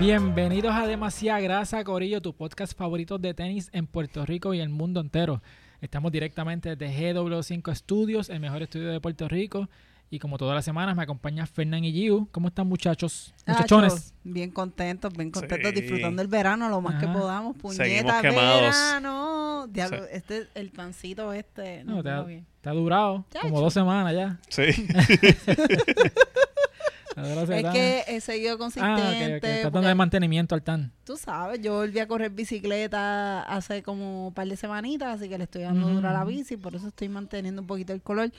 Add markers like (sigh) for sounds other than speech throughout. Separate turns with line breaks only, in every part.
Bienvenidos a Demasiada Grasa, Corillo, tu podcast favorito de tenis en Puerto Rico y el mundo entero. Estamos directamente desde GW5 Studios, el mejor estudio de Puerto Rico. Y como todas las semanas me acompaña Fernán y Giu. ¿Cómo están muchachos? Muchachones.
Muchachones. Bien contentos, bien contentos,
Sí.
disfrutando el verano lo más
Ajá.
que podamos.
Seguimos
Puñeta,
quemados.
verano. Diablo, este, el pancito este.
No,
No,
te-
no, bien.
Te ha durado como
Chacho.
dos semanas ya. (laughs)
Sí.
Te ha durado hace
Es
tan-
que he seguido
Ah, ok, ok.
consistente.
Estás
porque
dando de mantenimiento al tan.
Tú sabes, yo volví a correr bicicleta hace como un par de semanitas, así que le estoy dando
Ujú.
duro a la bici, por eso estoy manteniendo un poquito el color.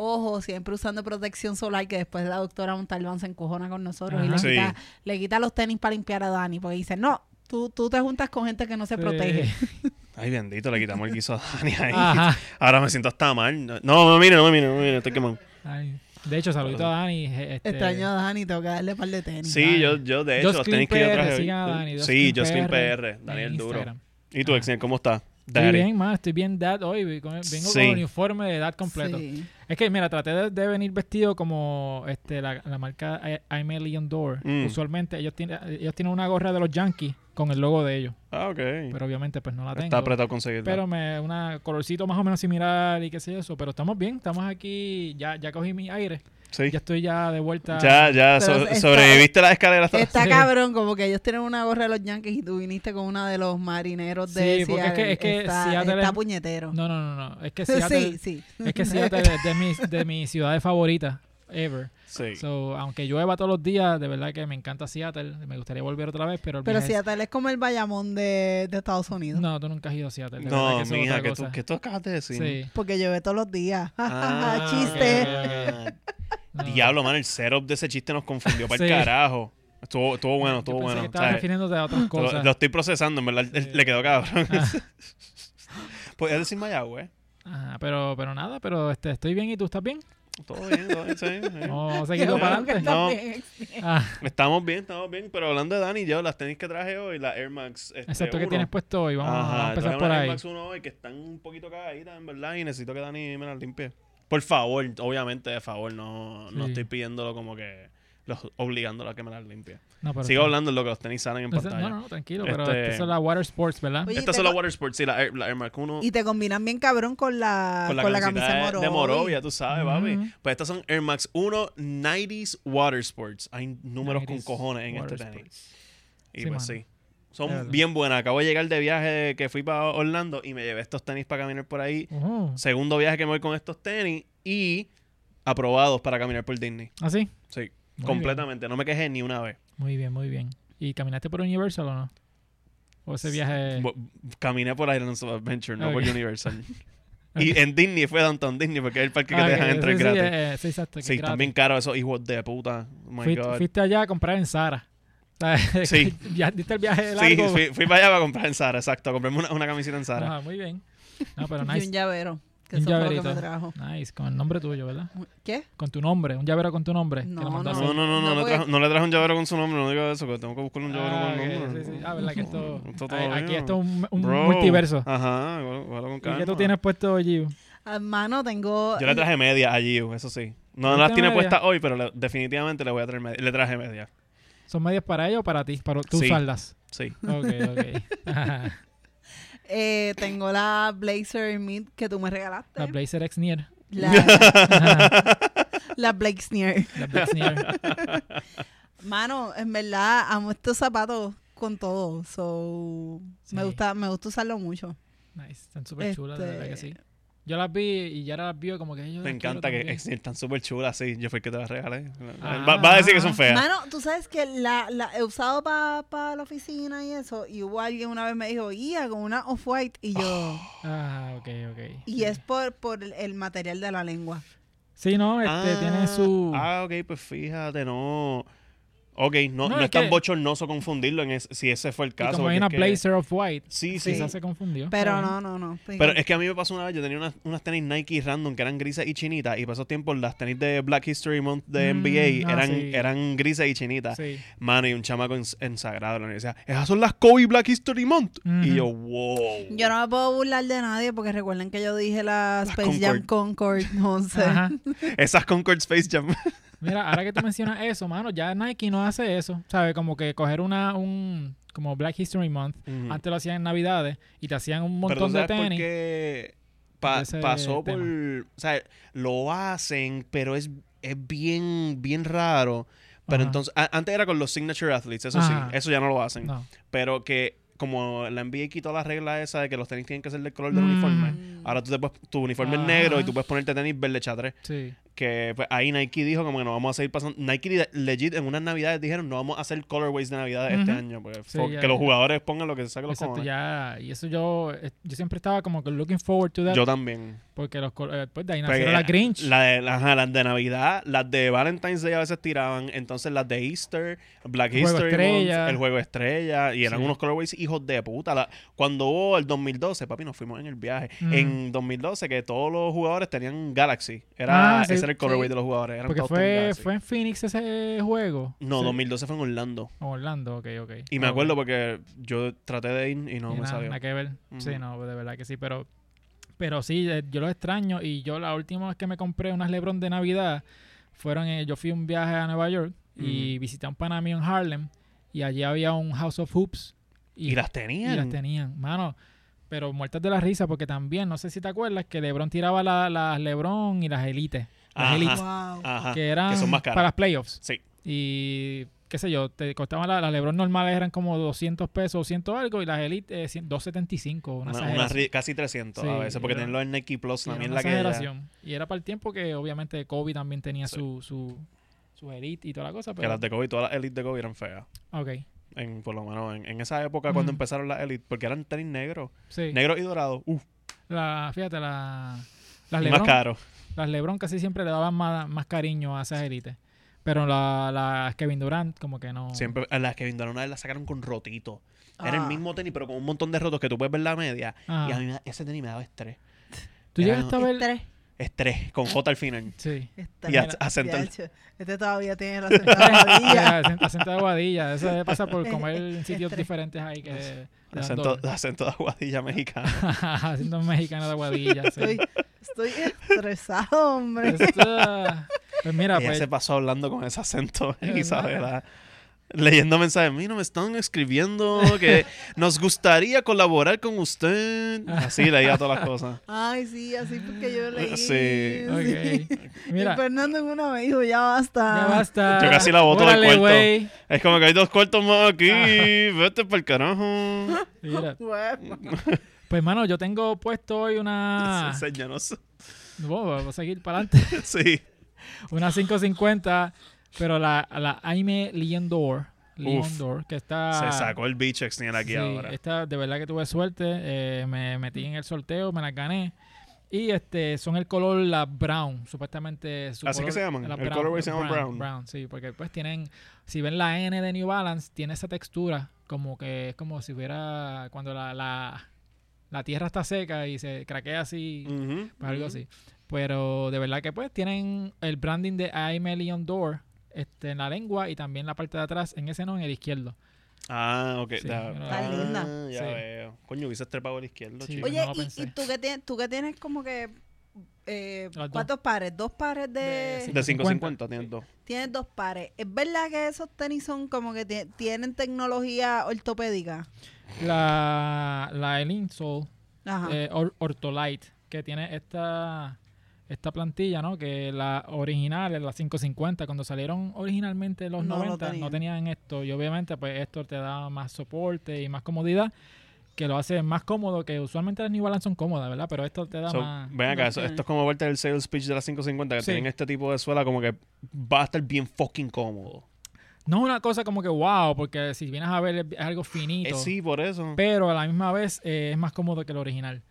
Ojo, siempre usando protección solar, que después la doctora Montalbán se encojona con nosotros y
Ajá.
le
Sí.
quita, le quita los tenis para limpiar a Dani, porque dice, no, tú, tú te juntas con gente que no se protege.
(laughs)
Ay, bendito, le quitamos el guiso a Dani ahí.
Ajá.
Ahora me siento hasta mal. No, no me mire, no me mire, no me mire, estoy quemado.
Ay, De hecho, saludito a Dani. eh, este,
Extraño a Dani, tengo que darle par de tenis.
Sí, yo, yo de hecho,
Just
los
Clean
tenis que yo
PR,
traje. hoy-
sigan a Dani, Just
sí,
Clean
Justin
PR,
PR, Daniel
en
Duro.
Instagram.
¿Y tú,
Ah.
Exner, cómo estás?
Estoy
Daddy.
bien, más, estoy bien dad hoy. vi- con- Vengo con
Sí.
el uniforme de dad completo.
Sí.
Es que, mira, traté de, de venir vestido como este, la, la marca I- I'm a Leon Door.
Mm.
Usualmente ellos, tienen ellos tienen una gorra de los Yankees con el logo de ellos.
Ah, ok.
Pero obviamente, pues no la tengo.
Está apretado conseguirlo.
pero me, una colorcito más o menos similar y qué sé yo eso. Pero estamos bien, estamos aquí. Ya, ya cogí mi aire.
sí.
Ya estoy ya de vuelta.
Ya, ya, so-
Pero está-
sobreviviste la escalera (laughs) hasta
Está
Sí.
cabrón, como que ellos tienen una gorra de los Yankees y tú viniste con una de los marineros
Sí,
de
porque es que- es que
está,
Seattle
está
es-
puñetero. (laughs)
No, no, no, no. Es que Seattle,
sí, sí.
es que Seattle es de mis, de mis ciudades favoritas ever.
Sí.
So, aunque llueva todos los días, de verdad que me encanta Seattle. Me gustaría volver otra vez, pero el
(laughs) Pero
viaje-
Seattle es como el Bayamón de, de Estados Unidos.
No, tú nunca has ido a Seattle. de verdad
no,
que eso es
mija,
otra
que
cosa.
tú, que tú acabas de decir.
Sí.
Porque llueve todos los días. (laughs)
(laughs)
Ah,
Chiste.
ok, No.
Diablo, man, el setup de ese chiste nos confundió para el
Sí.
carajo. Estuvo, estuvo bueno, estuvo
Yo pensé
bueno.
que
o
estabas
sea,
refiriéndote a otras
(laughs) Lo-
cosas.
Lo, estoy procesando, en verdad. el-
Sí.
Le quedó cabrón. (laughs)
Ah.
Podrías decir Mayagüez. ¿eh?
Ajá, pero, pero nada, pero este, estoy bien y tú estás (laughs) bien.
Todo bien, todo bien, sí,
(laughs)
sí.
No,
Qué
seguido
bueno
para
que
adelante.
está
No.
bien.
Ah,
Estamos bien, estamos bien. Pero hablando de Dani, yo las tenis que traje hoy, las Air Max. Este,
exacto, que
uno.
tienes puesto hoy. Vamos
Ajá,
a empezar
traje
por
unas Air
ahí.
Max 1 hoy que están un poquito cagaditas, en verdad. Y necesito que Dani me las limpie. Por favor, obviamente, de favor. No, no
Sí.
estoy pidiéndolo como que. Los, obligándolo a que me las limpie.
No, pero
Sigo
está-
hablando de lo que los tenis salen en
No,
pantalla.
no, no, tranquilo, pero
Este-
estas son las Water Sports, ¿verdad?
Oye,
Estas
y te
son las
co-
Water Sports, sí, la Air, la Air Max 1.
Y te combinan bien cabrón con la, con la,
camiseta
camisa
de-
moro.
de Morovia, tú sabes,
Ujú.
papi. Pues estas son Air Max 1 90s Water Sports. Hay números con
90s
cojones en este
Water
tenis.
Sports.
Y
Sí,
pues
mano.
sí. Son
De verdad.
bien buenas. Acabo de llegar de viaje que fui para Orlando y me llevé estos tenis para caminar por ahí.
Ujú.
Segundo viaje que me voy con estos tenis y aprobados para caminar por Disney.
¿Ah, sí?
Sí,
Muy
completamente. No me quejé ni una vez.
bien, muy bien, muy bien. ¿Y caminaste por Universal o no? ¿O ese viaje...?
Bu- Caminé por Islands of Adventure, no por
Ok. (laughs)
Universal. Y en Disney fue Downtown Disney porque es el parque que te dejan entrar
Ah, sí,
gratis.
Sí, eh, sí, exacto. que
Sí,
gratis.
están bien caros esos hijos de puta. Oh my
Fuiste,
God.
fuiste allá a comprar en Sara. (laughs) ¿Sabes?
Sí.
Ya diste el viaje
sí,
largo.
fui, fui para allá para comprar en Sara, exacto. Comprarme una, una camiseta en Sara.
Ah, muy bien. No, pero
(laughs) Y un
nice.
llavero. Que
Un
eso fue lo que
llaverito.
me trajo.
Nice, con el nombre tuyo, ¿verdad?
¿Qué?
Con tu nombre, un llavero con tu nombre. que
No,
lo mandaste.
No, no,
No
no, no, no,
voy a-
trajo- no le traje un llavero con su nombre, no digo eso, que tengo que buscar un llavero
Ah,
con el
ok,
nombre.
sí, sí. Ah, verdad que esto...
Esto
ay,
todavía.
aquí esto es un, un
Bro.
multiverso.
Ajá, guárdalo con
¿Y
calma.
qué tú tienes puesto, Giu?
Hermano, Ah, tengo.
Yo le traje media a Giu, eso sí. No, no
¿Trajiste
las tiene
media?
puestas hoy, pero le- definitivamente le voy a traer media. Le traje media,
¿Son medias para ellos o para ti? Para tú
Sí.
usarlas.
sí.
Ok,
(laughs)
ok. (laughs) Ajá.
eh, tengo la Blazer Mid que tú me regalaste.
la Blazer X Nier.
La,
Ajá, (laughs)
la Blake Sneer.
la Blazer
(laughs)
Nier.
Mano, en verdad amo estos zapatos con todo. So, me
Sí.
gusta me gusta usarlo mucho.
Nice, están súper chulas, de verdad que
Este-
sí. Yo las vi y ya las vi como que yo
Me
las quiero
encanta que
también.
están súper chulas, sí. Yo fui el que te las regalé.
Ah.
va, va a decir que son feas.
Mano, tú sabes que la, la he usado para la oficina y eso. Y hubo alguien una vez me dijo, guía con una off-white. Y yo, Oh,
Ah, ok, ok.
y es por, por el- el material de la lengua.
Sí, no, este tiene su
Ah, ok, pues fíjate, no. Ok, no,
No,
no,
es
es tan
que-
bochornoso confundirlo en es- si ese fue el
y
caso.
como
porque
hay una
es que-
Blazer of White,
Sí, sí.
Sí.
quizás se confundió.
Pero
Ah,
no, no, no. pues
Pero es que a mí me pasó una vez, yo tenía unas, unas tenis Nike random que eran grises y chinitas, y para esos tiempos las tenis de Black History Month de
Mm,
NBA
ah,
eran,
sí.
eran grises y chinitas.
Sí.
Mano, y un chamaco en, en Sagrado de la universidad, esas son las Kobe Black History Month.
Ujú.
Y yo, wow.
Yo no me puedo burlar de nadie porque recuerden que yo dije la
Las
Space Jam Concord 11.
Ajá. (laughs)
Esas Concord Space Jam.
Mira, ahora que tú mencionas eso, mano, ya Nike no hace eso. ¿Sabes? Como que coger una, un, como Black History Month.
Ujú.
Antes lo hacían en Navidades y te hacían un
Pero
montón
¿tú
de
sabes por
tenis.
qué pa-
de ese
pasó por...
tema?
O sea, lo hacen, pero es, es bien, bien raro. Pero
Ajá.
entonces, a- antes era con los signature athletes, eso
Ajá.
sí, eso ya no lo hacen.
No.
Pero que como la NBA quitó la regla esa de que los tenis tienen que ser del color del
Mm. Ah.
uniforme, ahora tú te puedes- tu uniforme es negro y tú
Ajá.
puedes ponerte tenis verde chatre.
Sí.
Que pues, ahí Nike dijo como que no vamos a seguir pasando. Nike de- legit en unas navidades dijeron no vamos a hacer colorways de navidades este
Ujú.
año. Porque
Sí,
fuck,
ya,
que los
ya.
jugadores pongan lo eh. que se saque los
Exacto,
cojones.
ya. Y eso yo, eh, yo siempre estaba como que looking forward to that.
Yo también.
porque los col- eh, pues de ahí
Porque
nacieron las Grinch.
la de, la- ajá, las de Navidad, las de Valentine's Day a veces tiraban, entonces las de Easter, Black
El juego
History
estrella.
Month, el juego estrella, y eran
Sí.
unos colorways hijos de puta. La- cuando hubo el 2012, papi, nos fuimos en el viaje.
Mm.
En 2012, que todos los jugadores tenían Galaxy. Era,
Ah, sí,
ese era el
sí.
colorway de los jugadores. eran
porque
todos tenían
fue,
Galaxy.
fue en Phoenix ese juego.
No,
Sí.
2012 fue en Orlando.
O Orlando, ok, ok.
Y me
Ok.
acuerdo porque yo traté de ir y no
Y
me
nada,
salió.
nada que ver. Sí,
Ujú.
no, de verdad que sí, pero pero sí, eh, yo los extraño y yo la última vez que me compré unas Lebron de Navidad fueron, eh, yo fui a un viaje a Nueva York y visité a un pana mío en Harlem y allí había un House of Hoops
Y, las tenían.
y las tenían, mano. Pero muertas de la risa porque también, no sé si te acuerdas, que Lebron tiraba la- las Lebron y las Elites. Las
Ajá.
Elites,
Wow.
Ajá.
que eran
son más caras.
para las playoffs.
Sí.
Y qué sé yo, te costaban la- las Lebron normales eran como 200 pesos, 200 algo, y las Elite eh, 100 275. Una,
Una- una
exageración.
ri- casi 300
Sí,
a veces, porque
era-
tenerlo en Nike Plus
Sí, era
también
una
la que era-
exageración. Y era para el tiempo que obviamente Kobe también tenía
Sí.
su, su, su elite y toda la cosa.
que
Pero,
las de Kobe, todas las Elite de Kobe eran feas.
Ok,
En, por lo menos en, en esa época cuando
Mm.
empezaron las Elite, porque eran tenis negros,
sí.
negros y dorados, uff,
La, fíjate, la, las,
más
Lebron,
caro.
las Lebron casi siempre le daban más, más cariño a esas élites. Pero la- las Kevin Durant como que no...
Siempre a las que vendieron una vez las sacaron con rotito. Era el
Ah.
mismo tenis, pero con un montón de rotos que tú puedes ver la media.
Ajá.
Y a mí me da- ese tenis me daba estrés.
Ah, Tú
era-
llegaste a ver...
Estrés,
Estrés, con J
(laughs)
al final.
Sí.
estrés.
Y
a-
ac- acento el-
Diacho, Este todavía tiene
(laughs)
la sentadilla.
Acento acento de aguadilla. Eso le pasa por
Es- (laughs)
comer en sitios
estrés.
diferentes ahí que... le dan
acento,
doble.
acento de
(laughs)
aguadilla mexicana.
acento mexicano de aguadilla, sí.
estoy, estoy estresado, hombre.
Esto- Pues mira,
Ella
pues...
se pasó hablando con ese acento en
¿Verdad?
(laughs) Isabela. Leyendo mensajes, mira, me están escribiendo
(laughs)
que nos gustaría colaborar con usted. Así leía todas las cosas.
Ay, sí, así porque yo leí.
Sí.
sí.
Ok.
Y
Mira,
Fernando en una me dijo, ya basta.
ya basta.
Yo casi la boto del
Órale,
cuarto.
güey.
Es como que hay dos cuartos más aquí.
Ajá.
Vete para el carajo.
Mira,
Huepa.
Pues, mano, yo tengo puesto hoy (laughs)
Ah.
una.
Enséñanos.
Wow, vamos a seguir para adelante.
Sí.
(laughs) Una 550, pero la, la Aime Leondor. Leondor, que está.
Se sacó el bicho Exniel aquí
Ah. sí,
ahora.
Esta, de verdad que tuve suerte. eh, me metí en el sorteo, me las gané. Y este son el color la brown, supuestamente. su
Así que
color-
se llaman,
la
el colorway se llama brown.
Brown, sí, porque pues tienen, si ven la N de New Balance, tiene esa textura como que es como si fuera cuando la, la, la tierra está seca y se craquea así,
Ujú,
pues, algo
ujú.
así. Pero de verdad que pues tienen el branding de I'm a Leon Door este, en la lengua y también la parte de atrás, en ese no, en el izquierdo.
Ah, ok.
Sí,
ya-
mira.
Está
ah,
linda.
Ya
Sí.
veo. Coño, hubiese trepado al
(laughs)
izquierdo,
Sí.
chico.
Yo no
Oye,
lo
y- y,
pensé.
tú, que tienes, tú que tienes como que. eh,
Las dos.
¿Cuántos pares? ¿Dos pares de.?
De cinco.
de 550 tienes dos.
Tienes dos pares. ¿Es verdad que esos tenis son como que tie- tienen tecnología ortopédica?
La, la el insole
Ajá.
eh, Or- Ortolite, que tiene esta, esta plantilla, ¿no? Que la original, las 550, cuando salieron originalmente en los
No lo
90, no
tenían.
tenían esto. Y obviamente, pues esto te da más soporte y más comodidad, que lo hace más cómodo, que usualmente las New Balance son cómodas, ¿verdad? Pero esto te da
So,
más...
ven acá,
no
eso-
tiene.
esto es como parte del sales pitch de las 550 que
Sí.
tienen este tipo de suela como que va a estar bien fucking cómodo.
No es una cosa como que wow, porque si vienes a ver es es algo finito,
Eh, sí, por eso.
pero a la misma vez eh, es más cómodo que el original.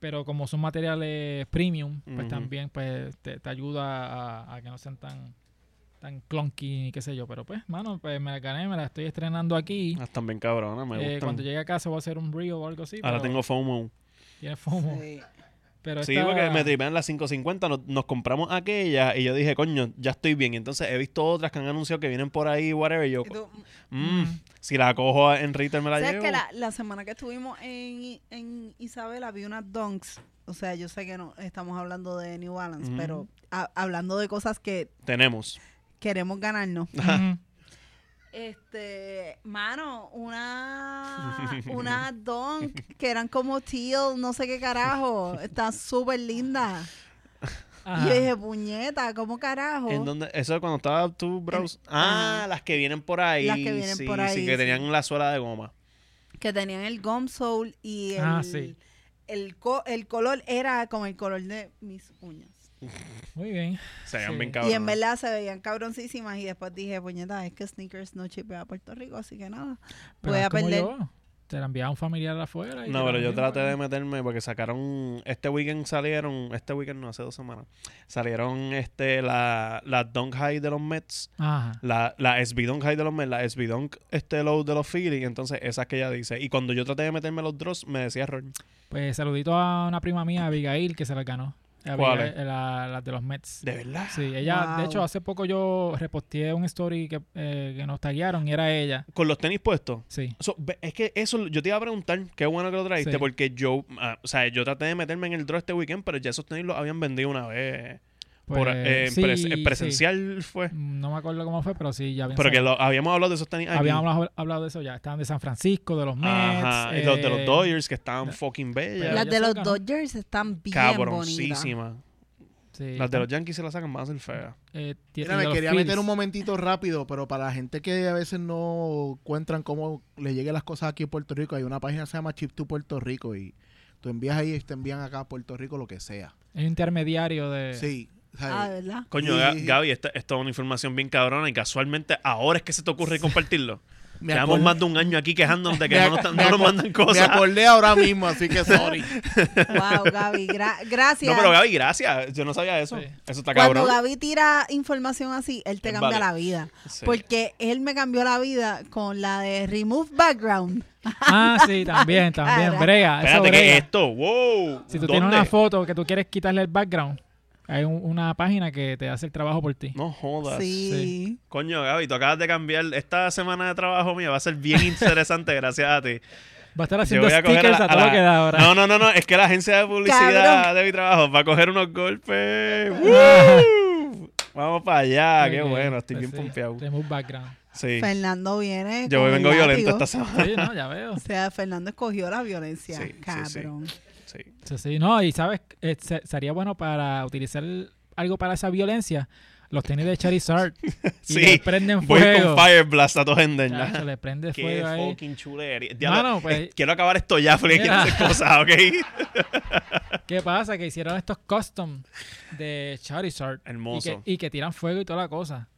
Pero como son materiales premium, pues
Ujú.
también pues te, te ayuda a, a que no sean tan tan clunky ni qué sé yo. Pero pues, mano, pues me la gané, me la estoy estrenando aquí.
Ah, Están bien cabronas, me
Eh,
gustan.
cuando llegue a casa voy a hacer un reel o algo así.
Ahora
pero
tengo FOMO.
Tiene FOMO.
Sí.
Pero
Sí,
esta-
porque me tripean las 550, nos, nos compramos aquella y yo dije, coño, ya estoy bien. Y entonces he visto otras que han anunciado que vienen por ahí, whatever. Y yo,
Y tú-
mm, si la cojo en Ritter me la
¿Sabes
llevo.
que la, la semana que estuvimos en, en Isabela vi unas donks? O sea, yo sé que no estamos hablando de New Balance,
Ujú.
pero a- hablando de cosas que,
Tenemos.
Queremos ganarnos.
(laughs)
(laughs)
Ujú.
Este, mano,
(laughs)
una, una don que eran como teal, no sé qué carajo. Está súper linda.
Ajá.
Y yo dije, puñeta, ¿cómo carajo?
¿En dónde? Eso es cuando estaba tu browse. Ah, las que vienen por ahí.
Las que vienen
sí,
por
Sí,
ahí,
que
sí.
tenían la suela de goma.
Que tenían el gum soul y el,
Ah, sí.
el, co- el color era como el color de mis uñas.
Muy bien.
Se veían
Sí.
bien
Y en
cabronas.
verdad se veían cabroncísimas y después dije, puñeta, es que sneakers no chipea a Puerto Rico, así que nada.
Pero
Voy
es
a
como
perder.
yo. Te la enviaba un familiar afuera. y
No,
te
pero
la
yo
enviaba.
traté de meterme porque sacaron, este weekend salieron, este weekend no, hace dos semanas, salieron este, la, la Dunk High de los Mets,
Ajá.
la, la SB Dunk High de los Mets, la SB Dunk este, Low de los Phillies, entonces esas que ella dice. Y cuando yo traté de meterme los drops, me decía error.
Pues saludito a una prima mía, Abigail, que se la ganó.
¿Cuál
Abigail, eh, la- las de los Mets.
¿De verdad?
Sí, ella, de
Wow.
hecho, hace poco yo reposteé un story que, eh, que nos taguearon y era ella.
¿Con los tenis puestos?
Sí.
So, ve- es que eso, yo te iba a preguntar, qué bueno que lo trajiste,
Sí.
porque yo, ah, o sea, yo traté de meterme en el draw este weekend, pero ya esos tenis los habían vendido una vez. por,
Pues,
eh, en
sí,
pres-
sí.
en presencial fue.
No me acuerdo cómo fue, pero sí, ya bien
Pero que
sabe.
lo, habíamos hablado de esos tenis aquí.
Habíamos hablado- hablado de eso ya. Estaban de San Francisco, de los Mets.
Ajá, y los de los
eh,
Dodgers que estaban
la-
fucking
Pero
bellas.
Las
ya
de
se
los
ganó.
Dodgers están bien bonitas.
Cabroncísimas.
sí,
Las de los Yankees se las sacan más el fea.
eh, y- y
Mira,
de
me
los
quería
Phillies.
meter un momentito rápido, pero para la gente que a veces no encuentran cómo le lleguen las cosas aquí en Puerto Rico, hay una página que se llama Chip to Puerto Rico y tú envías ahí y te envían acá a Puerto Rico lo que sea.
Es un intermediario de...
Sí. ¿sabes?
Ah, (laughs) ¿verdad?
Coño,
Sí.
Ga- Gaby, esta, esta es una información bien cabrona y casualmente ahora es que se te ocurre
(laughs)
compartirlo.
me,
Llevamos
acordé-
más de un año aquí quejándonos de que
Me
no
ac-
nos, tan-
me
no nos
acor-
mandan
me
cosas.
acordé ahora mismo, así que
(laughs)
sorry.
Wow, Gaby, gra- gracias.
No, pero Gaby, gracias. Yo no sabía eso.
Sí.
Eso está
Cuando
cabrón.
Gaby tira información así, él te
Él
cambia
vale.
la vida.
Sí.
Porque él me cambió la vida con la de Remove Background.
(laughs) Ah, sí,
(laughs)
también, también.
Carajo.
Brega, eso
Espérate, ¿qué
brega.
es esto? ¡Wow!
Si tú
¿Dónde?
tienes una foto que tú quieres quitarle el background, hay un- una página que te hace el trabajo por ti.
No jodas.
Sí.
Coño, Gaby, tú acabas de cambiar. Esta semana de trabajo mía va a ser bien interesante (laughs) gracias a ti.
Va a estar
Yo
haciendo
voy a coger a,
stickers a,
la- a
todo lo
la-
que da ahora.
No, no, no, no. Es que la agencia de publicidad
Cabrón.
de mi trabajo va a coger unos
(laughs)
golpes. ¡Woo! Vamos para allá. Ah, Qué
Ok,
bueno. Estoy
pues
bien
sí,
pompeado.
Tenemos un background.
Sí.
Fernando viene.
Yo
con
vengo
el
violento
látigo.
esta
(laughs)
semana.
Sí, no, ya veo.
O sea, Fernando escogió la violencia.
Sí, sí, sí.
cabrón.
Sí.
Sí, sí, no, y sabes, Eh, se- sería bueno para utilizar algo para esa violencia. Los tenis de
(laughs)
Charizard. y
Sí,
le prenden
Voy
fuego.
con Fire Blast a tu gente. ¿no?
Chacho, le prende
Qué
fuego ahí.
fucking chulería. Diablo,
Mano, pues-
(laughs) eh, quiero acabar esto ya, porque quiero
Mira.
hacer cosas,
(laughs)
¿ok?
¿Qué pasa? Que hicieron estos custom de Charizard.
Hermoso.
Y que, y que tiran fuego y toda la cosa.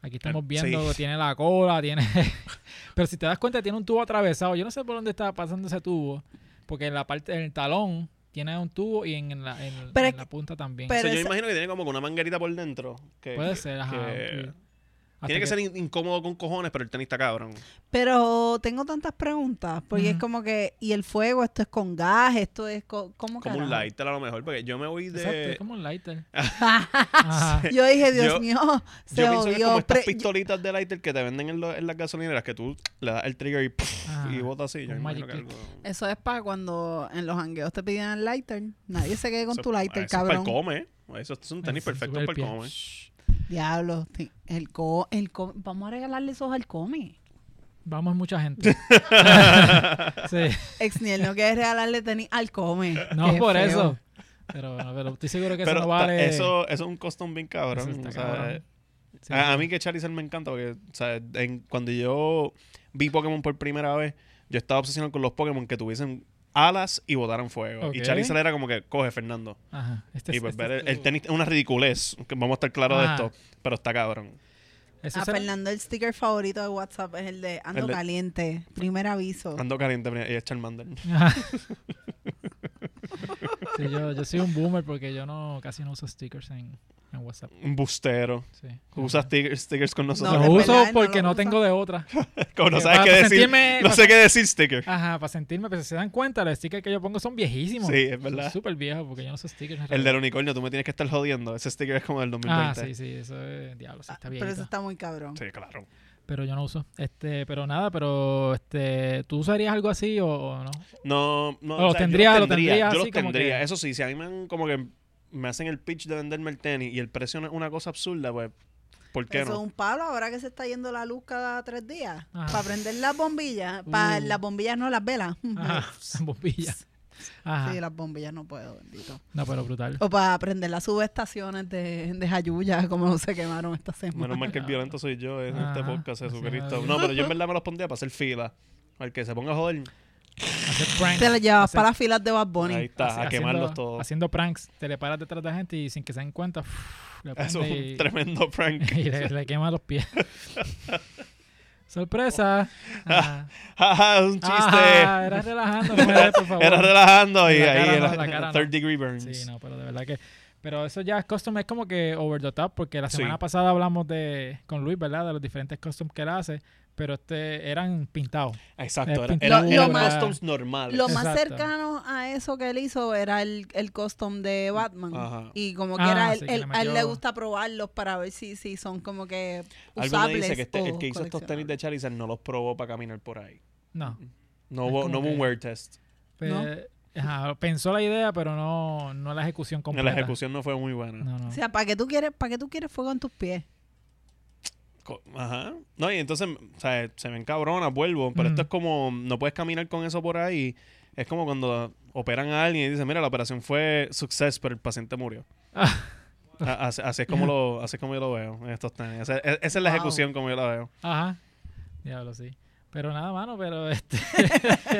Aquí estamos
Sí.
viendo, que tiene la cola, tiene... (laughs) Pero si te das cuenta, tiene un tubo atravesado. Yo no sé por dónde está pasando ese tubo. Porque en la parte, en el talón, tiene un tubo y en la, en-
Pero
en
es
la punta también.
pero
O sea, yo
esa-
imagino que tiene como una manguerita por dentro. que-
Puede
que-
ser, ajá.
que-
sí. Hasta
Tiene que, ser in- incómodo con cojones, pero el tenis está cabrón.
Pero tengo tantas preguntas, porque es
Ujú.
como que, ¿y el fuego? ¿Esto es con gas? ¿Esto es co- cómo
Como un
carajo?
(laughs) lighter a lo mejor, porque yo me voy
(laughs)
de...
Exacto, es como un
(laughs)
lighter. Ajá.
Yo dije, Dios
Yo- (laughs)
mío, se
Yo pienso que es como
jodió.
estas
pre-
pistolitas de lighter que te venden en, lo- en las gasolineras que tú le das el trigger y, ¡puff!
Ajá.
y bota así. Yo
Ah, Un
me imagino
magic
que algo...
Eso es para cuando en los hangueos te pidieran lighter. Nadie se quede con
Eso-
tu lighter,
eso
cabrón.
Es para el come. ¿eh? Eso es un tenis
Ese es
perfecto para el
superpie.
come.
Diablo, ti- el co, el co- vamos a regalarle esos al come.
Vamos mucha
(laughs)
gente. (laughs) sí.
Exniel no quiere regalarle tenis al
(laughs)
come.
No,
Qué
por
feo.
eso. Pero, pero estoy seguro que
Pero
eso no
ta-
vale...
eso, eso es un custom bien
Eso
cabrón.
está
o sea,
cabrón. Sí.
a, a mí que Charizard me encanta porque o sea, en- cuando yo vi Pokémon por primera vez, yo estaba obsesionado con los Pokémon que tuviesen alas y botaran fuego. Y
Ok.
Charizard era como que, coge Fernando.
Ajá. Este
y
es-
pues
este
ver
es
el, el
tu- Ah.
tenis es una ridiculez. que Vamos a estar claros
Ajá.
de esto. Pero está cabrón.
Eso
A
será-
Fernando el sticker favorito de WhatsApp es el de ando
El de-
caliente, primer aviso.
Ando caliente mira, y es Charmander.
Ajá.
(laughs)
Sí, yo, yo soy un boomer porque yo no casi no uso stickers en, en WhatsApp.
Un bustero.
Sí.
Usa sticker- stickers con nosotros.
Los
(laughs)
No, es
uso
verdad, él no
porque no,
los usa.
tengo de otra.
Como no
Porque
sabes
eh, para
qué decir.
sentirme-
No sé qué decir sticker.
Ajá, para sentirme, pero si se dan cuenta, los stickers que yo pongo son viejísimos.
Sí, es verdad.
Son súper viejos porque yo no uso stickers. en
El del
realidad.
unicornio, tú me tienes que estar jodiendo. Ese sticker es como del 2020.
Ah, sí, sí, eso es diablo, sí, está bien.
Ah, Pero eso está muy cabrón.
Sí, claro.
Pero yo no uso. Este, pero nada, pero este, ¿tú usarías algo así o, o no?
No, no.
O los tendría,
yo
lo tendría
Yo los
así como
tendría.
que-
Eso sí, si a mí me han como que me hacen el pitch de venderme el tenis y el precio es una cosa absurda, pues. ¿Por qué
Eso es
no?
un palo ahora que se está yendo la luz cada tres días.
Ajá.
Para prender las bombillas. Para
Uh.
las bombillas no las velas. (laughs)
Ajá, (laughs) bombilla. Ajá.
Sí, las bombillas no puedo, bendito.
No, pero brutal.
O para prender las subestaciones de, de Jayuya, como se quemaron esta semana.
Menos mal que el violento soy yo en este
Ajá,
podcast,
Ah, así
Jesucristo.
es.
No, pero yo en verdad me los pondría para hacer fila. Al que se ponga a joder,
Hacer pranks.
Te las llevas
Hacer-
para las filas de Bad Bunny.
ahí está,
hace-
a quemarlos
haciendo-
todos.
Haciendo pranks. Te le paras detrás de la gente y sin que se den cuenta. uff, le
(laughs) Eso
prende
es
y- (laughs)
un tremendo prank.
y
(laughs)
le, le quema los pies. (laughs)
(laughs)
Sorpresa. Ajá.
Jaja, un chiste.
Ajá, era relajando, no me des, Ah, (laughs)
(laughs)
por favor.
Era relajando y
La cara
ahí
no,
era
la cara no.
third degree burns.
Sí, no, pero de verdad que. Pero eso ya es custom, es como que over the top, porque la
Sí.
semana pasada hablamos de con Luis, ¿verdad? De los diferentes customs que él hace, pero este eran pintados.
Exacto,
Eh,
era, era,
lo-
eran
lo más-
customs normales.
Lo más
Exacto.
cercano a eso que él hizo era el, el custom de Batman.
Ajá.
Y como que
Ah,
era
sí,
él,
que
él-
le
a él le
metió-
gusta probarlos para ver si, si son como que
Alguno
usables.
dice que este- el
o
que hizo estos tenis de Charizard no los probó para caminar por ahí.
No.
No
Es
hubo,
como
no hubo
que-
un wear test.
Pero, ajá, pensó la idea, pero no, no la ejecución completa.
La ejecución no fue muy buena.
No, no. (laughs)
coleccionables. O sea, ¿para qué tú quieres, para qué tú quieres fuego en tus pies?
Co- Ajá. No, y entonces, o sea, se me encabrona, vuelvo. Pero
Mm.
esto es como, no puedes caminar con eso por ahí. Es como cuando operan a alguien y dicen, mira, la operación fue success, pero el paciente murió.
Ah,
A- Así, así es
(laughs)
como lo, así es como yo lo veo en estos tenis. Esa, e- esa es la
Wow.
ejecución como yo la veo.
ajá. Diablo, sí. Pero nada, mano, pero este.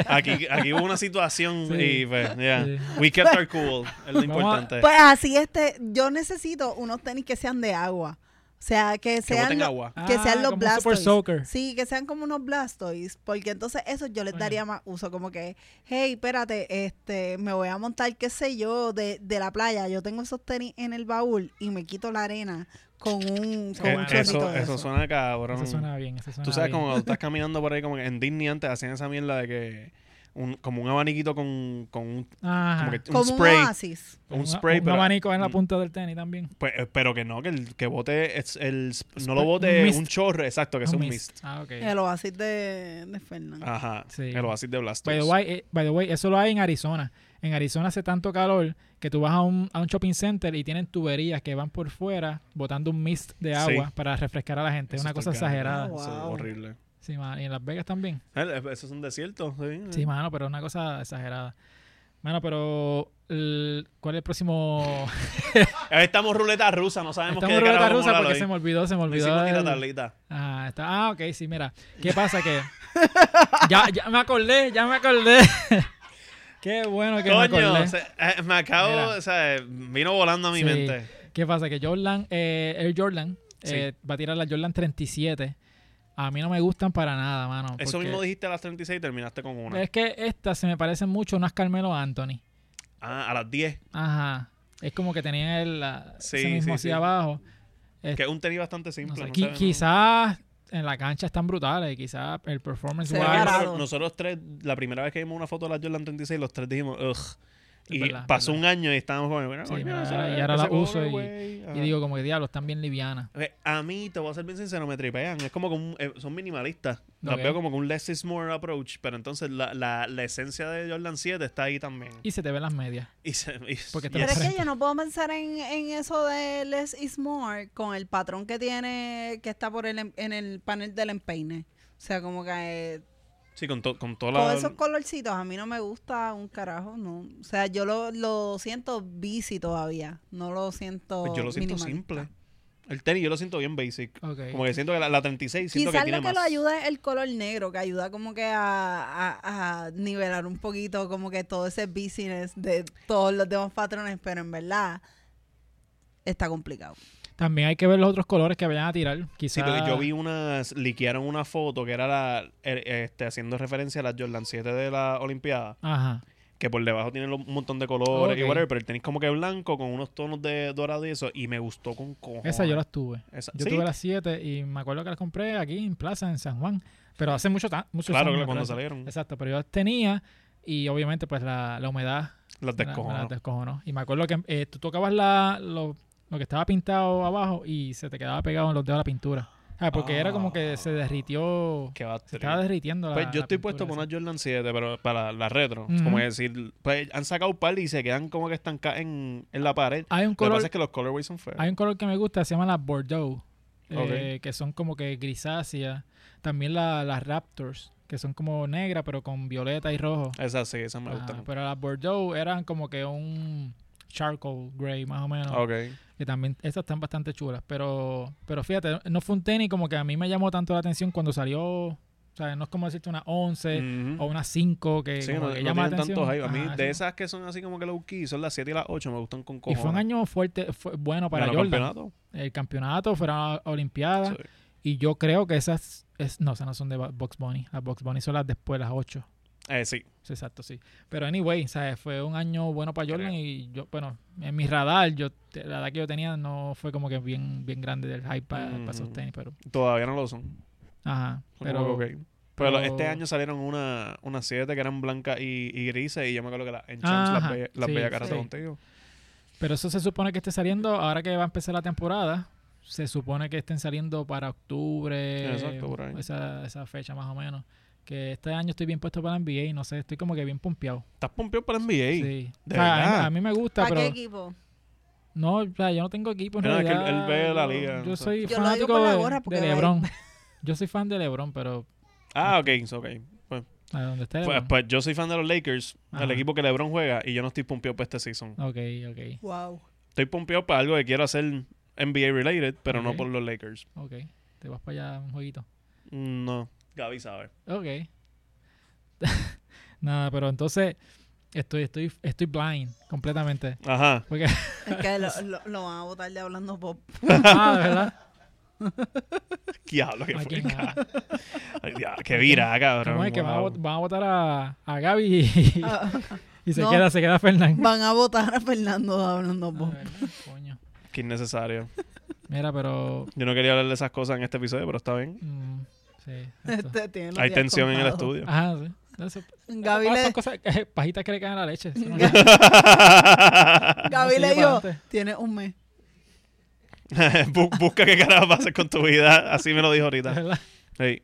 Aquí, aquí hubo una situación
(laughs) Sí.
y pues, yeah.
Sí.
We
(laughs)
kept our cool. Es lo
Vamos a-
importante.
Pues así este, yo necesito unos tenis que sean de agua. O sea, que
Que boten
sean, lo-
agua.
(laughs) que sean
ah, como
los
un Super
Blastoise.
Soaker.
Sí, que sean como unos blastoids, porque entonces eso yo les
Oye.
daría más uso, como que, hey, espérate, este, me voy a montar, qué sé yo, de, de la playa, yo tengo esos tenis en el baúl y me quito la arena con un, con
Que
un
bueno.
chorrito
Eh, eso,
de
eso
eso.
suena cabrón.
Eso suena bien, eso suena
Tú sabes
bien.
como
(laughs)
cuando estás caminando por ahí, como que en Disney antes hacían esa mierda de que un- como un abaniquito con, con un,
Ajá.
como que un
Como
spray.
un oasis.
Un spray,
un
pero-
abanico en la
Mm.
punta del tenis también.
Pues, eh, pero que no, que el que bote es el sp- no
Spray-
lo bote
un
un,
mist.
chorro, exacto, que es un mist.
Ah, ok.
El oasis de, de Fernan.
Ajá.
Sí.
El oasis de
By the,
Blastoise.
way, eh, by the way, eso lo hay en Arizona. En Arizona hace tanto calor que tú vas a un, a un shopping center y tienen tuberías que van por fuera botando un mist de
Sí.
agua para refrescar a la gente. Es
Eso
una
está
cosa
el
exagerada.
carajo, eso es
Oh, Wow.
horrible.
Sí, mano. Y en Las Vegas también.
Eh, Eso es un desierto. Sí,
Mm.
Sí, mano, pero es una cosa exagerada. Mano, pero el- ¿cuál es el próximo?
Ahí estamos ruleta rusa, no sabemos
Estamos
qué
en
de
ruleta
carajo
rusa
vamos a
porque
hablar
se me
hoy.
olvidó, se me
No
olvidó.
hicimos ni la
el-
tablita.
Ah, está. Ah, ok, sí, mira. ¿Qué pasa que ya, ya me acordé, ya me acordé. (laughs) Qué bueno que me acordé.
Coño, se- eh, me acabo,
Mira.
o sea, eh, vino volando a mi
Sí.
mente.
¿Qué pasa? Que Jordan, eh, Air Jordan,
Sí.
eh, va a tirar la Jordan 37. A mí no me gustan para nada, mano.
Eso
porque
mismo dijiste a las 36 y terminaste con una.
Es que estas se me parecen mucho a unas Carmelo Anthony.
Ah, a las 10.
Ajá. Es como que tenía el, la-
Sí,
ese mismo
sí,
así
sí.
abajo.
Que es un tenis bastante
No
simple.
sé,
no
qui-
sé, no-
quizás en la cancha están brutales. Quizás el performance
Se ve
wise-
Bueno,
barato.
nosotros, nosotros tres, la primera vez que vimos una foto de la Jordan 36, los tres dijimos, ugh.
Es
Y
verdad, es
pasó
verdad.
un año y estábamos como, bueno,
Sí,
coño, eh,
mira,
ese-
ahora- y ahora la
ese
uso
color,
y-
güey, ajá.
Y digo, como que diablo, están bien livianas.
Ok, A mí, te voy a ser bien sincero, me tripean. Es como que un- eh, son minimalistas. Las
Ok.
veo como que un less is more approach, pero entonces la, la, la esencia de Jordan 7 está ahí también.
Y se te ven las medias.
Y se- y-
Porque te
Pero
lo
yes.
es que
frente.
yo no puedo pensar en, en eso de less is more con el patrón que tiene, que está por el, em- en el panel del empeine. O sea, como que eh,
Sí, con, to- con toda
Todos
la...
esos colorcitos a mí no me gusta un carajo, no. O sea, yo lo, lo siento busy todavía. No lo siento.
Pues yo lo siento
minimalista.
simple. El tenis yo lo siento bien basic.
Ok.
Como que siento que la, la 36 siento
Quizás
que tiene
lo que
más.
lo ayuda es el color negro, que ayuda como que a, a- a nivelar un poquito como que todo ese business de todos los demás patrones, pero en verdad está complicado.
También hay que ver los otros colores que vayan a tirar. Quizás.
Sí, porque yo vi unas, liquearon una foto que era la, er- este, haciendo referencia a la Jordan 7 de la Olimpiada,
Ajá.
que por debajo tiene lo- un montón de colores y
Ok.
whatever, pero el tenis como que blanco con unos tonos de dorado y eso, y me gustó con cojones.
Esa yo las tuve.
Esa-
Yo
sí,
tuve las 7 y me acuerdo que las compré aquí en Plaza, en San Juan. Pero hace mucho ta- muchos
claro,
años
claro, cuando
atrás.
salieron,
Exacto, pero yo las tenía y obviamente pues la, la humedad
las
me la- me
descojonó.
las descojonó. Y me acuerdo que eh, tú tocabas la, lo, lo que estaba pintado abajo y se te quedaba pegado en los dedos la pintura. Ah, porque era como que se derritió.
Qué va
Se estaba derritiendo la
Ah, Pues yo
la
estoy puesto
pintura
por una
esa.
Jordan 7, pero para la retro.
Ujú.
Como que decir, pues han sacado un par y se quedan como que estancadas en, en la pared.
Hay un
Lo que
color
pasa es que los colorways son feos.
hay un color que me gusta, se llama la Bordeaux. eh, que son como que grisáceas. También la- las Raptors, que son como negras, pero con violeta y rojo.
Esa sí, esa me
Ah,
gusta.
pero las Bordeaux eran como que un charcoal gray, más o menos.
ok.
Que también, esas están bastante chulas. Pero, pero fíjate, no fue un tenis como que a mí me llamó tanto la atención cuando salió. O sea, no es como decirte una 11
Ujú.
o una 5 que,
Mm. Sí,
como
no,
que
no
llama la
tienen
atención.
tantos hype. A mí,
Ajá,
de
sí.
esas que son así como que low key, son las 7 y las 8, me gustan con
Y
cojones.
fue un año fuerte, fue bueno para
Ganó
Jordan. Ah.
campeonato.
El campeonato, fueron a a Olimpiadas.
Sí.
Y yo creo que esas. es- no, esas no son de Bo- Box Bunny. Las Box Bunny son las después, las 8.
Eh, sí.
Sí, Exacto, sí. Pero anyway, ¿sabes? Fue un año bueno para Jordan
Creo.
y yo, bueno, en mi radar, yo la edad que yo tenía no fue como que bien, bien grande del hype para
Ujú.
esos tenis, pero...
Todavía no lo son.
Ajá,
Pero,
pero...
pero,
pero-
este año salieron unas una 7 que eran blancas y, y grises y yo me acuerdo que la, en Champs
Ajá,
las veía, las
sí,
veía carata
sí.
contigo.
Pero eso se supone que esté saliendo, ahora que va a empezar la temporada, se supone que estén saliendo para octubre,
Exacto, por ahí.
esa, esa fecha más o menos. Que este año estoy bien puesto para la NBA y no sé, estoy como que bien pompeado.
Estás pompeado para NBA.
sí.
de
O sea, a mí-
verdad.
a, mí me gusta,
¿Para qué
pero...
equipo?
No, o sea, yo no tengo equipo en
Claro, es que él-
realidad.
él ve la
yo-
liga,
Yo
o sea.
soy
Yo lo digo
fanático
por la
de-
gorra,
de,
porque va-
LeBron. (laughs) Yo soy fan de LeBron, pero
Ah, ok, ok. Pues,
a donde esté
pues,
LeBron.
pues yo soy fan de los Lakers, el
Ajá.
equipo que LeBron juega, y yo no estoy pompeado para este season.
Ok,
Wow.
Estoy pompeado para algo que quiero hacer NBA related, pero no
Ok.
por los Lakers.
ok, ok. Te vas para allá a un jueguito.
No. Gaby sabe.
Ok. (laughs) Nada, pero entonces estoy, estoy, estoy blind completamente.
(laughs)
Ajá.
Porque,
Es que
(laughs)
lo, lo, lo van a votar de hablando pop.
ah, de ¿verdad?
Diablo, que
¿A
fue.
quién? Ah,
Ay, diablo, que vira, cabrón.
¿cómo es que van a,
wow.
vot- van a votar a, a Gaby y,
Ah,
(laughs) y se
no.
queda, se queda Fernán?
van a votar a Fernando de hablando
Ah, (laughs)
pop.
¿verdad? Coño.
Qué innecesario.
Mira, pero...
Yo no quería hablar de esas cosas en este episodio, pero está bien.
mm,
(laughs)
sí. esto-
Este tiene los
Hay
días
tensión en el
contados.
(laughs)
estudio.
Ajá, sí. Eso-
Gaby
Ah,
le,
son cosas, pajitas que (laughs) le caen a la leche. Eso no-
(laughs) Gaby
sigue
le
para
dijo,
adelante.
tiene un mes.
Bu- Busca qué carajo vas a hacer con tu vida. Así me lo dijo ahorita.
¿verdad?
Hey.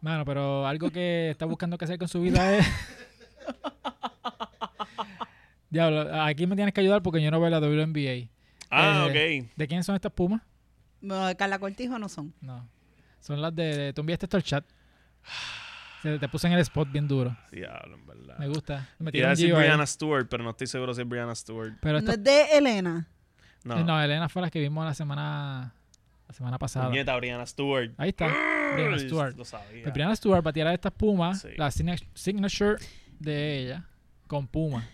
Mano, pero algo que está buscando que hacer con su vida es. (laughs) Diablo, aquí me tienes que ayudar porque yo no veo la WNBA.
Ah,
Eh,
ok.
¿De quién son estas pumas?
No, de Carla Cortijo no son.
No. Son las de. de- tú enviaste esto al chat. Se te puse en el spot bien duro.
Diablo, en verdad.
Me gusta. Me tiró
Iba a
un
decir
Gio ahí.
Brianna Stewart, pero no estoy seguro si es Brianna Stewart.
Pero
No
estas-
es de Elena.
No.
Eh, no, Elena fue las que vimos la semana. La semana pasada.
Puñeta, Brianna Stewart.
Ahí está. Ah, Brianna Stewart.
Lo sabía.
Pues Brianna Stewart va a tirar estas pumas,
Sí.
la signa- signature de ella, con puma.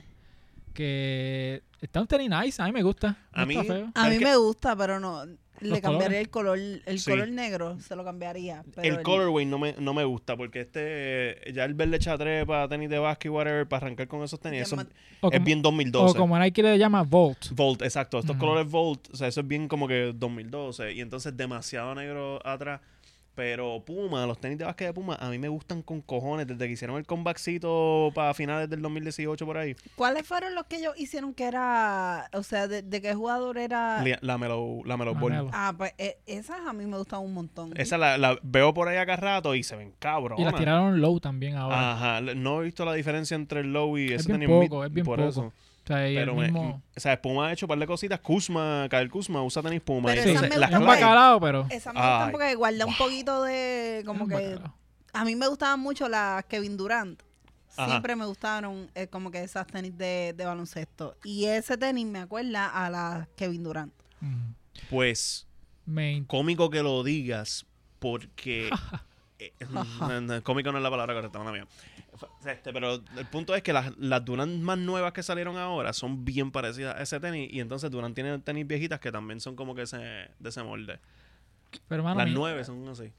Que está un tenis nice, a mí me gusta. No
A mí-
está feo.
A
Es
mí
que-
me gusta, pero no. Le cambiaría
colores.
el color, el
Sí.
color negro, se lo cambiaría. Pero
el colorway no me, no me gusta porque este, ya el verde chatre para tenis de básquet, whatever, para arrancar con esos tenis, eso
Llama-
O
es
como,
bien
o
2012.
como Nike le llama Volt.
Volt, exacto. Estos
Ujú.
colores Volt, o sea, eso es bien como que 2012. Y entonces demasiado negro atrás. Pero Puma, los tenis de básquet de Puma, a mí me gustan con cojones. Desde que hicieron el comebackcito para finales del 2018 por ahí.
¿Cuáles fueron los que ellos hicieron que era. O sea, de, de qué jugador era.
li- La Melo, la Melo Ball.
Lamelo.
Ah, pues e- esas a mí me gustan un montón.
Esa la, la veo por ahí acá rato y se ven cabrón.
Y las tiraron low también ahora.
Ajá, le- no he visto la diferencia entre el low y ese
Es bien
tenis mid,
poco, es bien
por
poco.
eso.
o sea, y el
Pero me-
mismo.
o sea, Puma ha hecho un par de cositas. Kuzma, Kael Kuzma usa tenis Puma.
Pero
y
esas
sí,
entonces
me
las
es un
gustan más.
claves-
bacalao, pero.
Esas me gustan
Ay,
porque guarda un poquito de. Como
es un
que.
bacalao.
A mí me gustaban mucho las Kevin Durant.
Ajá.
Siempre me gustaron eh, como que esas tenis de, de baloncesto. Y ese tenis me acuerda a las Kevin Durant.
Mm.
Pues,
Me in-
cómico que lo digas, porque... eh, no, no, cómico no es la palabra correcta, mala mía. Este, pero el punto es que las, las Durant más nuevas que salieron ahora son bien parecidas a ese tenis. Y entonces Durant tiene tenis viejitas que también son como que ese, de ese molde.
pero, mano,
las
me-
nueve son así.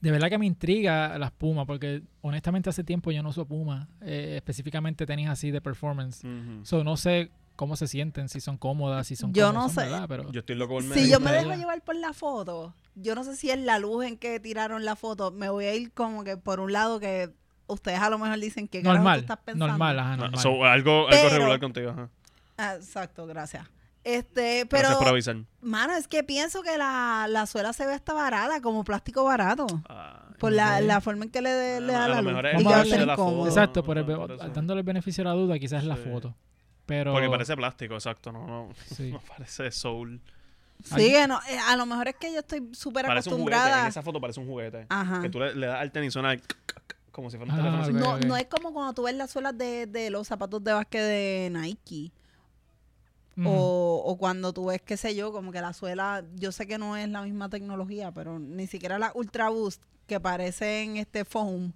de verdad que me intriga las pumas, porque honestamente hace tiempo yo no uso pumas, eh, específicamente tenis así de performance.
Ujú.
So, no sé cómo se sienten, si son cómodas, si son
Yo
como
no
son,
sé.
¿verdad? Pero,
Yo estoy loco por
Si
gusta
yo me dejo
ella.
llevar por la foto, yo no sé si es la luz en que tiraron la foto, me voy a ir como que por un lado que ustedes a lo mejor dicen que
normal,
tú estás pensando.
normal, ajá,
No,
normal.
Ah, so, algo, algo
Pero-
regular contigo, ajá.
Ah, exacto, gracias. Este, pero,
Gracias por avisar.
mano, es que pienso que la, la suela se ve hasta barata, como plástico barato.
Ah,
Por la,
Ok.
la forma en que le, de- le
Ah,
da
a
la
lo
luz.
mejor
es
Y
el
que va a
brillo
ser
de la
incómodo.
foto.
Exacto, por el-
Ajá, por eso.
dándole el beneficio a la duda, quizás es la
ah, Sí.
foto. Pero
(laughs) Porque parece plástico, exacto, no, no,
sí.
no parece soul.
Ahí.
Sí, que no, eh, a lo mejor es que yo estoy súper
Parece un juguete. En
acostumbrada.
esa foto parece un juguete.
Ajá.
Que tú le, le das al tenis y suena el como si fuera un
Ah,
teléfono.
ok.
celular.
No, no es como cuando tú ves las suelas de, de los zapatos de básquet de Nike.
Ujú.
O, o cuando tú ves, qué sé yo, como que la suela, yo sé que no es la misma tecnología, pero ni siquiera las Ultra Boost que parecen este foam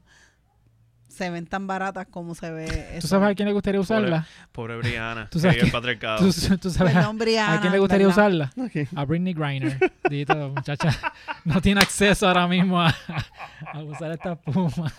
se ven tan baratas como se ve.
¿Tú
eso.
sabes a quién le gustaría
Pobre-
usarla?
Pobre Brianna.
Tú sabes
que vive
que-
el patriarcado.
¿Tú, tú sabes a,
Perdón, Brianna,
a quién le gustaría
¿verdad?
usarla? A Britney
(laughs)
Griner. Dito, muchacha. No tiene acceso ahora mismo a, a usar esta puma.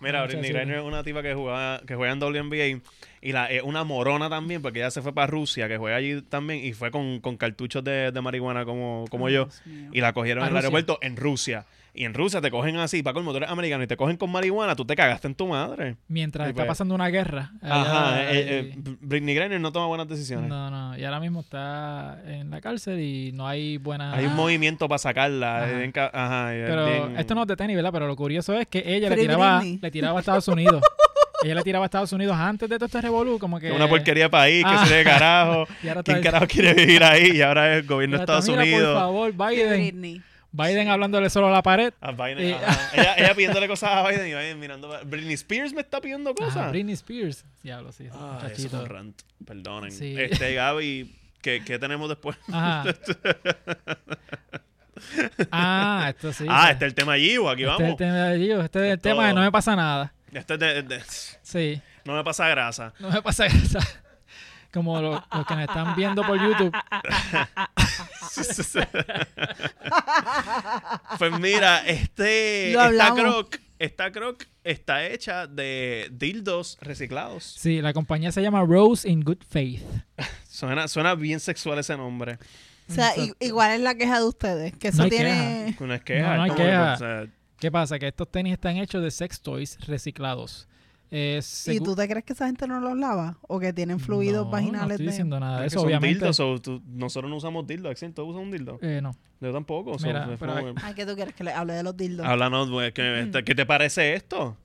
Mira,
Muchas
Britney
gracias.
Griner es una tipa que jugaba, que juega en WNBA y la, es una morona también, porque ella se fue para Rusia, que juega allí también, y fue con, con cartuchos de, de marihuana como, como
Ay,
yo.
Dios mío.
Y la cogieron
¿Para
en el
Rusia?
aeropuerto en Rusia. Y en Rusia te cogen así, para con motores americanos, y te cogen con marihuana, tú te cagaste en tu madre.
Mientras
Ahí
está
fue.
pasando una guerra.
pues. Ajá.
allá,
eh, eh,
ahí-
Britney Griner no toma buenas decisiones.
No, no, y ahora mismo está en la cárcel y no hay buena...
Hay un movimiento para sacarla.
Ah. Ajá.
es bien ca- ajá, es
Pero
bien-
esto no es de tenis, ¿verdad? Pero lo curioso es que ella le
Free
tiraba,
Britney.
le tiraba a Estados Unidos. ella le tiraba a Estados Unidos antes de todo este revolú, como que...
es una porquería de país,
Ah.
que se
(laughs)
de carajo.
Y ahora está-
¿Quién carajo quiere vivir ahí? Y ahora es el
y
gobierno de
ahora está,
Estados
"Mira, Por
Unidos.
favor,
Sí,
Biden.
Britney.
Biden hablándole solo a la pared.
A Biden,
Eh,
ajá.
(laughs)
ella, ella pidiéndole cosas a Biden y Biden mirando. pa- Britney Spears me está pidiendo
Ah,
cosas.
Britney Spears. Diablo, sí. ese
Ah, eso fue
muchachito.
un rant. Perdonen.
Sí.
Este, Gaby, ¿qué, qué tenemos después?
Ajá.
(laughs)
ah, esto sí.
ah,
sí.
este es el tema Givo, aquí
Este es el
vamos.
tema de Gio, Este es el
Esto-
tema de no me pasa nada.
Este es de- de-
Sí.
no me pasa grasa.
No me pasa (laughs) nada. Como lo- los que nos están viendo por YouTube.
pues mira, este,
Lo
esta
hablamos.
croc, esta croc está hecha de dildos reciclados.
Sí, la compañía se llama Rose in Good Faith.
Suena, suena bien sexual ese nombre.
O sea, i- igual es la queja de ustedes, que eso
hay
tiene...
Una queja.
No, no hay
como que,
queja.
o sea,
¿Qué pasa? Que estos tenis están hechos de sex toys reciclados. Eh,
¿Y
segu-
tú te crees que esa gente no los lava? ¿O que tienen fluidos
No, No
vaginales
estoy
de-
diciendo nada de
es que
eso,
son
obviamente.
dildos, o tú- nosotros no usamos dildos. Axel, ¿tú usas un dildo?
Eh, no.
Yo tampoco. o sea,
Mira,
es
pero-
como que-
Ay, que Ah, tú quieres que le hable de los dildos.
Háblanos, güey,
Mm.
¿qué, este, qué te parece esto?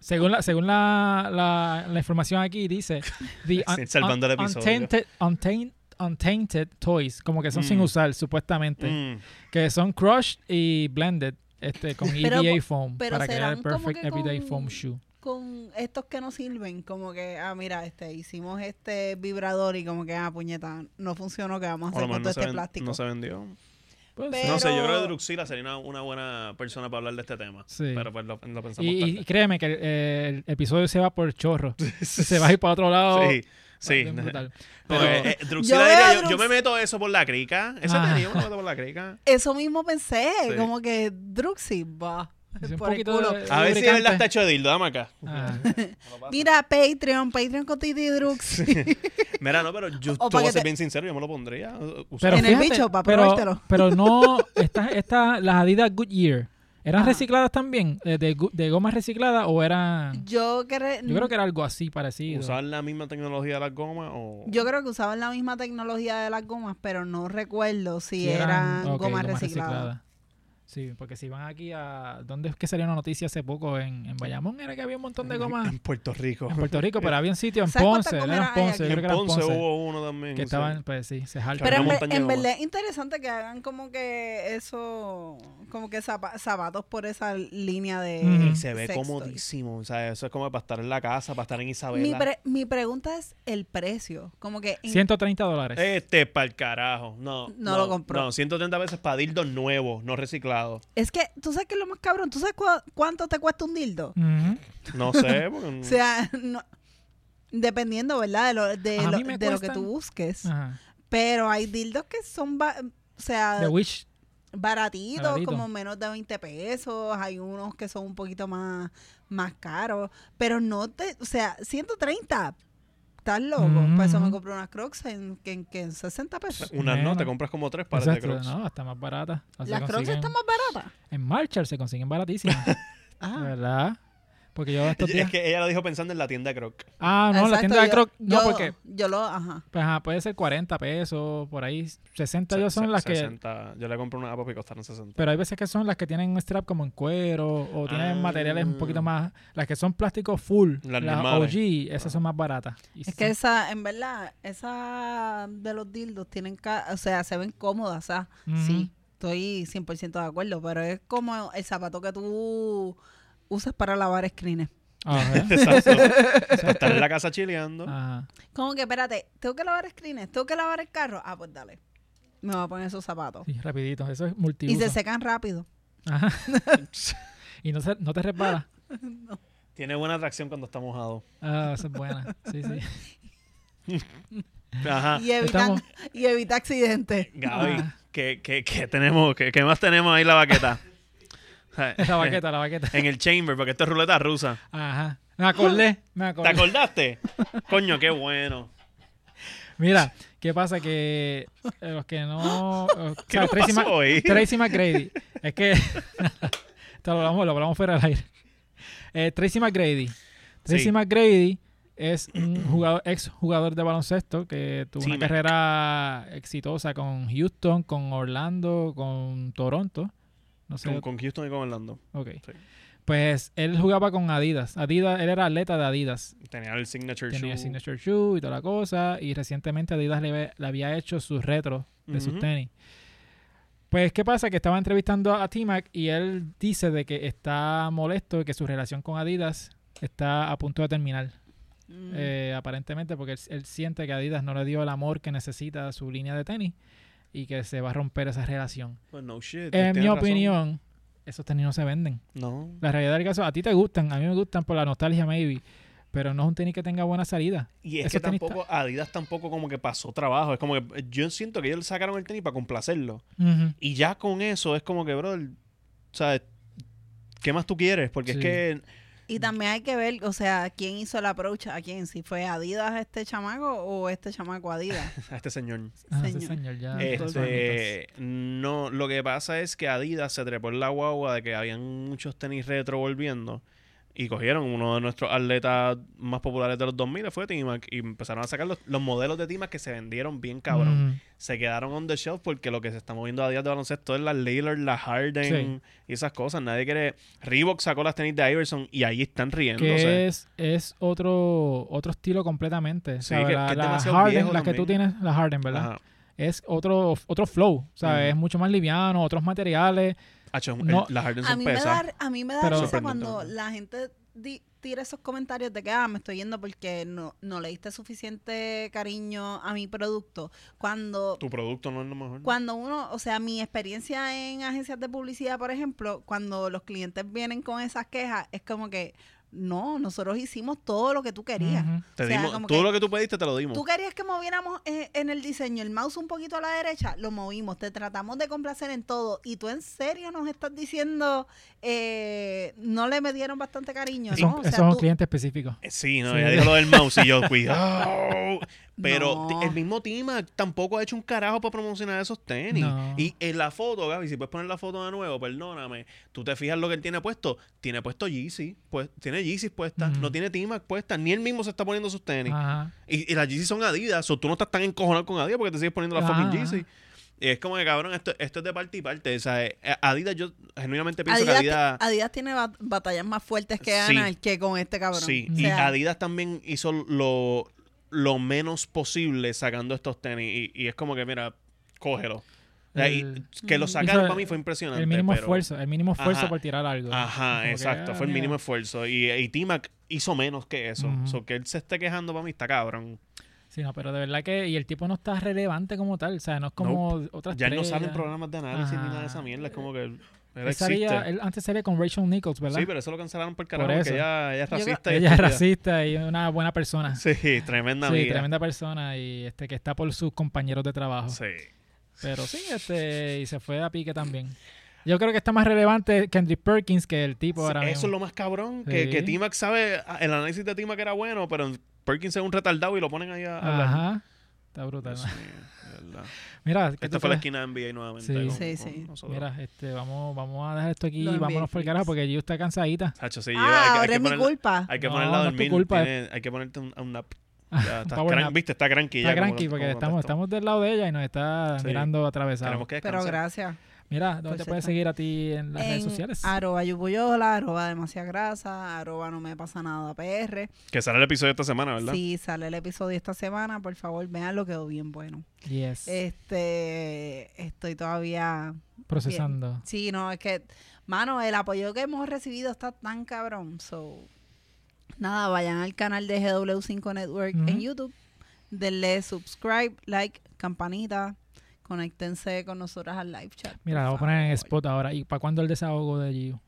Según la, según la, la, la información aquí dice
(laughs)
the
Sí, salvando el episodio.
untainted, untain- untainted toys, como que son sin
Mm.
usar
Este,
supuestamente,
Mm.
que son crushed y blended este con
(laughs) Pero-
EVA foam
pero
para crear el
serán como
perfect
que
everyday
con-
foam shoe.
Con estos que no sirven, como que, ah, mira, este, hicimos este vibrador y como que, ah, puñeta, no funcionó, que vamos a
A lo
hacer
mejor
con todo
no se,
este
ven-
plástico?
no se vendió.
Pues,
Pero-
No sé, yo creo que Druxila sería una, una buena persona para hablar de este tema.
Sí.
Pero pues lo, lo
y,
pensamos
y
tarde.
créeme que eh, el episodio se va por
(laughs)
chorro. se va a ir para otro lado.
Sí, sí.
bien
(laughs)
brutal.
No,
Pero-
eh, eh, Druxila
Yo veo
diría,
a
yo, yo me
Drux-
meto eso por la crica. Ese
Ah.
tenía, yo me meto por la (laughs) crica.
Eso mismo pensé,
Sí.
como que Druxy, va.
Es un
por el
poquito
culo.
de-
A ver si es verdad
lubricante.
está hecho de dildo, dame acá.
Ah.
Mira, Patreon, Patreon con Titi Druxy.
Mira, no, pero yo
O
te voy
para
a
que
ser
te-
bien sincero, yo me lo pondría. uh, usar.
Pero
En el bicho, pa'
pero-
probártelo.
Pero, no, estas, estas- las Adidas Goodyear, ¿eran
Ajá.
recicladas también? Eh, ¿De, gu- de gomas recicladas o eran...?
(laughs) Yo, cre-
Yo creo que era algo así parecido.
usar la misma tecnología de las gomas o
yo creo que usaban la misma tecnología de las gomas, pero no recuerdo si
Sí,
eran,
ok,
gomas recicladas.
Sí, porque si van aquí a... ¿Dónde es que salió una noticia hace poco? En, en Bayamón era que había un montón de gomas
en Puerto Rico.
en Puerto Rico, pero había un sitio en
¿Sabes cuántas
Ponce, no
gomas
era en
hay
Ponce, yo
en
creo que era en
Ponce
Ponce,
hubo uno también.
que
sí.
estaban, pues sí, se jaltan.
Pero en,
Una
ver-
montaña
en
de
verdad es interesante que hagan como que eso, como que zapa- zapatos por esa línea de...
Ujú.
Y se ve
sex toys.
comodísimo. O sea, eso es como para estar en la casa, para estar en
Mi,
Isabela.
pre- mi pregunta es el precio, como que... en-
130 dólares.
Este para el carajo. No,
No lo compró.
No, 130 veces para dildos nuevos, no reciclados.
Es que, ¿tú sabes qué es lo más cabrón? ¿Tú sabes cua- cuánto te cuesta un dildo?
Ujú.
No sé,
(laughs)
porque
Mm.
no-
O sea, no- dependiendo, ¿verdad? De lo, de
A
lo-
mí me
de lo que
cuestan-
tú
Ah.
busques.
Ajá.
Pero hay dildos que son, ba- o sea,
The Witch.
baratitos,
Baratito.
como menos de 20 pesos. Hay unos que son un poquito más, más caros. Pero no te, o sea, 130. Estás loco.
Mm.
Por eso me compré unas crocs en, que en, que en 60 pesos.
unas no,
Bueno.
te compras como tres para de
Exacto,
crocs.
no, está más barata. Así
Las crocs
consiguen-
están más baratas. (laughs)
En Marshall se consiguen baratísimas.
Ah,
¿Verdad? Porque yo estos días...
(laughs) Es que ella lo dijo pensando en la tienda Croc.
Ah, no, la
Exacto,
tienda de
yo-
Croc. No,
yo-
porque
Yo lo, ajá.
pues, ajá, puede ser 40 pesos, por ahí. 60 yo son
Se-
las que...
60. Yo le compré una papa y
(laughs)
costaron 60.
Pero hay veces que son las que tienen un strap como en cuero o tienen
Ah.
materiales un poquito más... Las que son plástico full, las,
Las normales.
OG, esas
Ajá.
son más baratas. Y
Es que
sí.
esa, en verdad, esa de los dildos tienen, ca- o sea, se ven cómodas, ¿sabes?
Ujú.
Sí, estoy 100% de acuerdo, pero es como el zapato que tú usas para lavar screens.
Ajá.
(laughs) Exacto. Para estar en la casa chileando.
¿eh? Ajá.
Como que, espérate, tengo que lavar screens, tengo que lavar el carro. Ah, pues dale. Me voy a poner esos zapatos.
Sí, rapidito, eso es
Y
multiuso.
se secan rápido.
Ajá. (laughs) y no, se- no te resbala.
Tiene buena atracción cuando
(laughs)
está mojado.
Ah, esa es buena. Sí, sí.
Ajá.
Y evitan,
Estamos-
(laughs) y evita accidentes.
Gaby,
Ah.
¿qué, qué, qué tenemos? ¿Qué, qué más tenemos ahí en
(laughs)
la baqueta?
La baqueta, la baqueta.
En el chamber, porque esto es ruleta rusa.
Ajá. Me acordé, me
¿Te
acordé. (laughs)
acordaste? Coño, qué bueno.
Mira, ¿qué pasa? Que eh, los que no. o
¿Qué
sea,
nos
Tracy,
pasó
Ma-
hoy?
Tracy McGrady. Es que. (laughs) te lo hablamos, lo hablamos fuera del aire. Eh, Tracy McGrady. Tracy
Sí.
McGrady es un jugador, ex jugador de baloncesto que tuvo
Sí,
una
Mac.
carrera exitosa con Houston, con Orlando, con Toronto. No sé.
Con, con Houston y con Orlando.
ok.
sí.
Pues él jugaba con Adidas. Adidas, él era atleta de Adidas.
Tenía el signature
Tenía
shoe.
Signature Shoe y toda la cosa. Y recientemente Adidas le, ve- le había hecho sus retros de sus
Ujú.
tenis. Pues, ¿qué pasa? Que estaba entrevistando a T-Mac y él dice de que está molesto, que su relación con Adidas está a punto de terminar.
Mm.
eh, aparentemente, porque él, él siente que Adidas no le dio el amor que necesita a su línea de tenis y que se va a romper esa relación.
Pues no shit.
En
tienes
mi
razón.
opinión, esos tenis no se venden.
No.
La realidad del caso, a ti te gustan, a mí me gustan por la nostalgia, maybe, pero no es un tenis que tenga buena salida.
Y es
Esos
que
tenis
tampoco, Adidas tampoco como que pasó trabajo. Es como que eh, yo siento que ellos sacaron el tenis para complacerlo.
Ujú.
Y ya con eso es como que, bro, ¿sabes? ¿Qué más tú quieres? Porque
Sí.
es que
Y también hay que ver, o sea, quién hizo el approach a quién, si fue Adidas este chamaco o este chamaco Adidas.
a este señor.
(laughs) Ah, ese
Señor.
señor ya.
Este, no, lo que pasa es que Adidas se trepó en la guagua de que habían muchos tenis retro volviendo y cogieron uno de nuestros atletas más populares de los 2000 fue T-Mac y empezaron a sacar los, los modelos de T-Mac que se vendieron bien cabrón.
Mm.
Se quedaron on the shelf porque lo que se está moviendo Adidas de baloncesto es la Lillard, la Harden y esas cosas. Nadie quiere... Reebok sacó las tenis de Iverson y ahí están
Que
riéndose.
es, es otro, otro estilo completamente.
Sí,
¿sabes?
que-
la,
que es
la
demasiado
Harden,
viejo
la que tú
también.
tienes, la Harden, ¿verdad?
Ajá.
Es otro, otro flow, ¿sabes?
Ujú.
Es mucho más liviano, otros materiales.
Hacho, el-
No.
las Harden
A
son
mí, me
pesas.
da, a mí me da
Pero-
risa
Sorprendente,
cuando
¿verdad?
la gente di- tira esos comentarios de que ah, me estoy yendo porque no, no le diste suficiente cariño a mi producto. Cuando,
Tu producto no es lo mejor.
cuando uno, o sea, mi experiencia en agencias de publicidad, por ejemplo, cuando los clientes vienen con esas quejas, es como que no, nosotros hicimos todo lo que tú querías.
Ujú.
Te
o sea,
dimos,
como
todo
que-
lo que tú pediste te lo dimos.
Tú querías que moviéramos eh, en el diseño el mouse un poquito a la derecha, lo movimos, te tratamos de complacer en todo y tú en serio nos estás diciendo eh, no le me dieron bastante cariño,
Eso-
¿no? O
eso
sea,
es un
tú-
cliente específico.
Eh, Sí, no,
Sí.
ella dijo lo del mouse y yo,
(laughs)
cuidado. Pero
No.
t- el mismo Timac tampoco ha hecho un carajo para promocionar esos tenis.
No.
Y en la foto, Gaby, si puedes poner la foto de nuevo, perdóname. Tú te fijas lo que él tiene puesto. Tiene puesto Yeezy, pues, tiene Yeezy puesta,
Ujú. Ah.
no tiene Timac puesta, ni él mismo se está poniendo sus tenis.
Ajá.
Y, y las Yeezy son Adidas, o tú no estás tan encojonado con Adidas porque te sigues poniendo la
Ajá.
fucking Yeezy. Y es como que, cabrón, esto, esto es de parte y parte. O sea, eh, Adidas, yo genuinamente pienso
Adidas,
que Adidas.
Adidas tiene bat- batallas más fuertes que
Sí.
ganar que con este cabrón.
Sí,
O
y
sea,
Adidas también hizo lo, lo menos posible sacando estos tenis. Y, y es como que, mira, cógelo. O sea, y
El-
que lo
Ujú.
sacaron
Hizo
para mí fue impresionante.
El mínimo
pero-
esfuerzo, el mínimo esfuerzo
Ajá.
por tirar algo. Como
Ajá,
que,
exacto.
ah,
fue el mínimo
mira.
esfuerzo. Y, y T-Mac hizo menos que eso.
Ujú.
So, que él se esté quejando para mí está cabrón.
Sí, no, pero de verdad que. Y el tipo no está relevante como tal, o sea, no es como otras
Ya él no sale en
estrellas.
programas de análisis ni nada de
Ajá.
esa mierda. Es como que él, él
Él,
existe.
salía- él antes salía con Rachel Nichols, ¿verdad?
sí, pero eso lo cancelaron por carajo
Por
porque
eso.
ella, ella es
Yo creo-
racista. y
Ella es
estúpida.
racista y una buena persona.
Sí, tremenda
Sí,
amiga.
tremenda persona y este que está por sus compañeros de trabajo.
Sí.
Pero sí, este, y se fue a pique también. Yo creo que está más relevante Kendrick Perkins que el tipo
Sí,
ahora
eso
mismo.
es lo más cabrón. Que, que
Sí.
T-Mac sabe, el análisis de T-Mac era bueno, pero Perkins es un retardado y lo ponen ahí a hablar.
Ajá. Está brutal.
Dios
man.
mío, de
(laughs)
verdad.
Mira, ¿qué
Esta
tú
fue la
crees?
esquina de NBA nuevamente.
Sí.
con-
Sí,
con
sí.
nosotros.
Mira, este, vamos, vamos a dejar esto aquí
Los
y
NBA
vámonos por el carajo
Knicks.
porque Gio está cansadita.
Hacho, sí, lleva- hay que-
ah,
hay
ahora
que
es mi
ponerla-
culpa.
Hay que
No,
ponerla a
no es tu
dormir.
culpa. eh.
tiene- hay que ponerte un, a un nap. Ya, estás
power
crank-
nap.
Viste, está cranky ya.
Está
como-
cranky
como
porque
esto.
estamos, estamos del lado de ella y nos está
Sí.
mirando atravesado.
Tenemos que
Pero
descansar.
gracias.
Mira, ¿dónde
Pues
te puedes
está.
seguir a ti en las redes
En
sociales?
Arroba yubuyola, arroba demasiada grasa, arroba no me pasa nada PR.
Que sale el episodio esta semana, ¿verdad?
Si sale el episodio esta semana, por favor, veanlo, quedó bien bueno.
Yes.
eh, Este, estoy todavía
procesando.
Sí, no, es que, mano, el apoyo que hemos recibido está tan cabrón. So, nada, vayan al canal de GW5 Network en
Ujú.
YouTube. Denle subscribe, like, campanita. Conéctense con nosotras al live chat.
Mira, la voy
por
a poner en
favor,
spot ahora. ¿Y para cuándo el desahogo de Gio?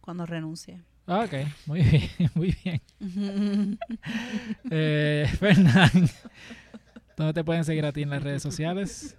Cuando renuncie. (laughs)
Ah, Ok, muy (laughs) bien, muy bien. Eh, (laughs) Fernán, ¿dónde te pueden seguir a ti en las redes sociales?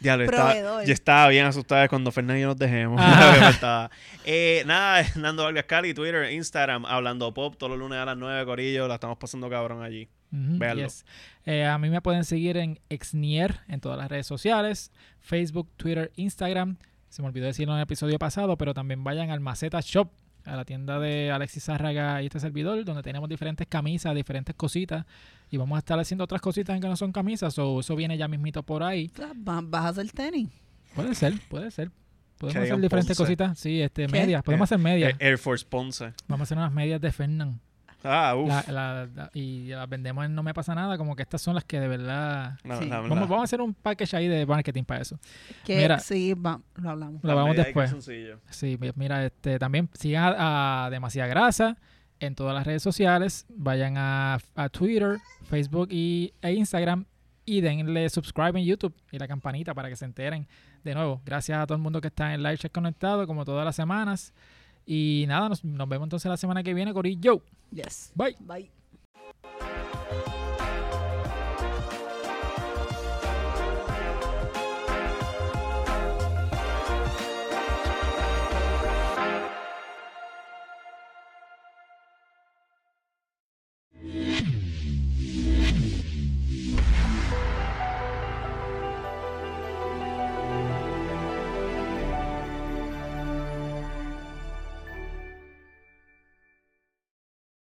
Diablo, yo estaba,
Proveedor.
yo estaba bien asustada cuando Fernández y yo nos dejemos.
Ah.
(laughs) Me faltaba. Eh, nada, (laughs) Nando Vargas Cali, Twitter, Instagram, hablando pop, todos los lunes a las 9, Corillo, la estamos pasando cabrón allí.
Ujú,
Véanlo.
yes. Eh, a mí me pueden seguir en Exnier en todas las redes sociales, Facebook, Twitter, Instagram. Se me olvidó decirlo en el episodio pasado, pero también vayan al Maceta Shop, a la tienda de Alexis Zárraga y este servidor, donde tenemos diferentes camisas, diferentes cositas. Y vamos a estar haciendo otras cositas que no son camisas, o eso viene ya mismito por ahí.
Ah, va- ¿Vas a hacer tenis?
Puede ser, puede ser. Podemos
Que
hacer
digan
diferentes
Ponce.
cositas. Sí, este,
¿Qué?
medias. Podemos hacer
Eh,
medias.
Air Force Ponce.
Vamos a hacer unas medias de Fernán.
Ah, uff.
La- la- la- y las vendemos en No Me Pasa Nada, como que estas son las que de verdad...
sí.
Vamos, vamos a hacer un package ahí de marketing para eso.
Que
Mira.
sí, va- lo hablamos.
Lo hablamos después. Sí, mi- mira, este, también sigan a, a Demasiada Grasa en todas las redes sociales. Vayan a, a Twitter, Facebook y, e Instagram y denle subscribe en YouTube y la campanita para que se enteren. De nuevo, gracias a todo el mundo que está en Live Chat conectado, como todas las semanas. Y nada, nos, nos vemos entonces la semana que viene, Corillo.
Yes.
Bye.
Bye.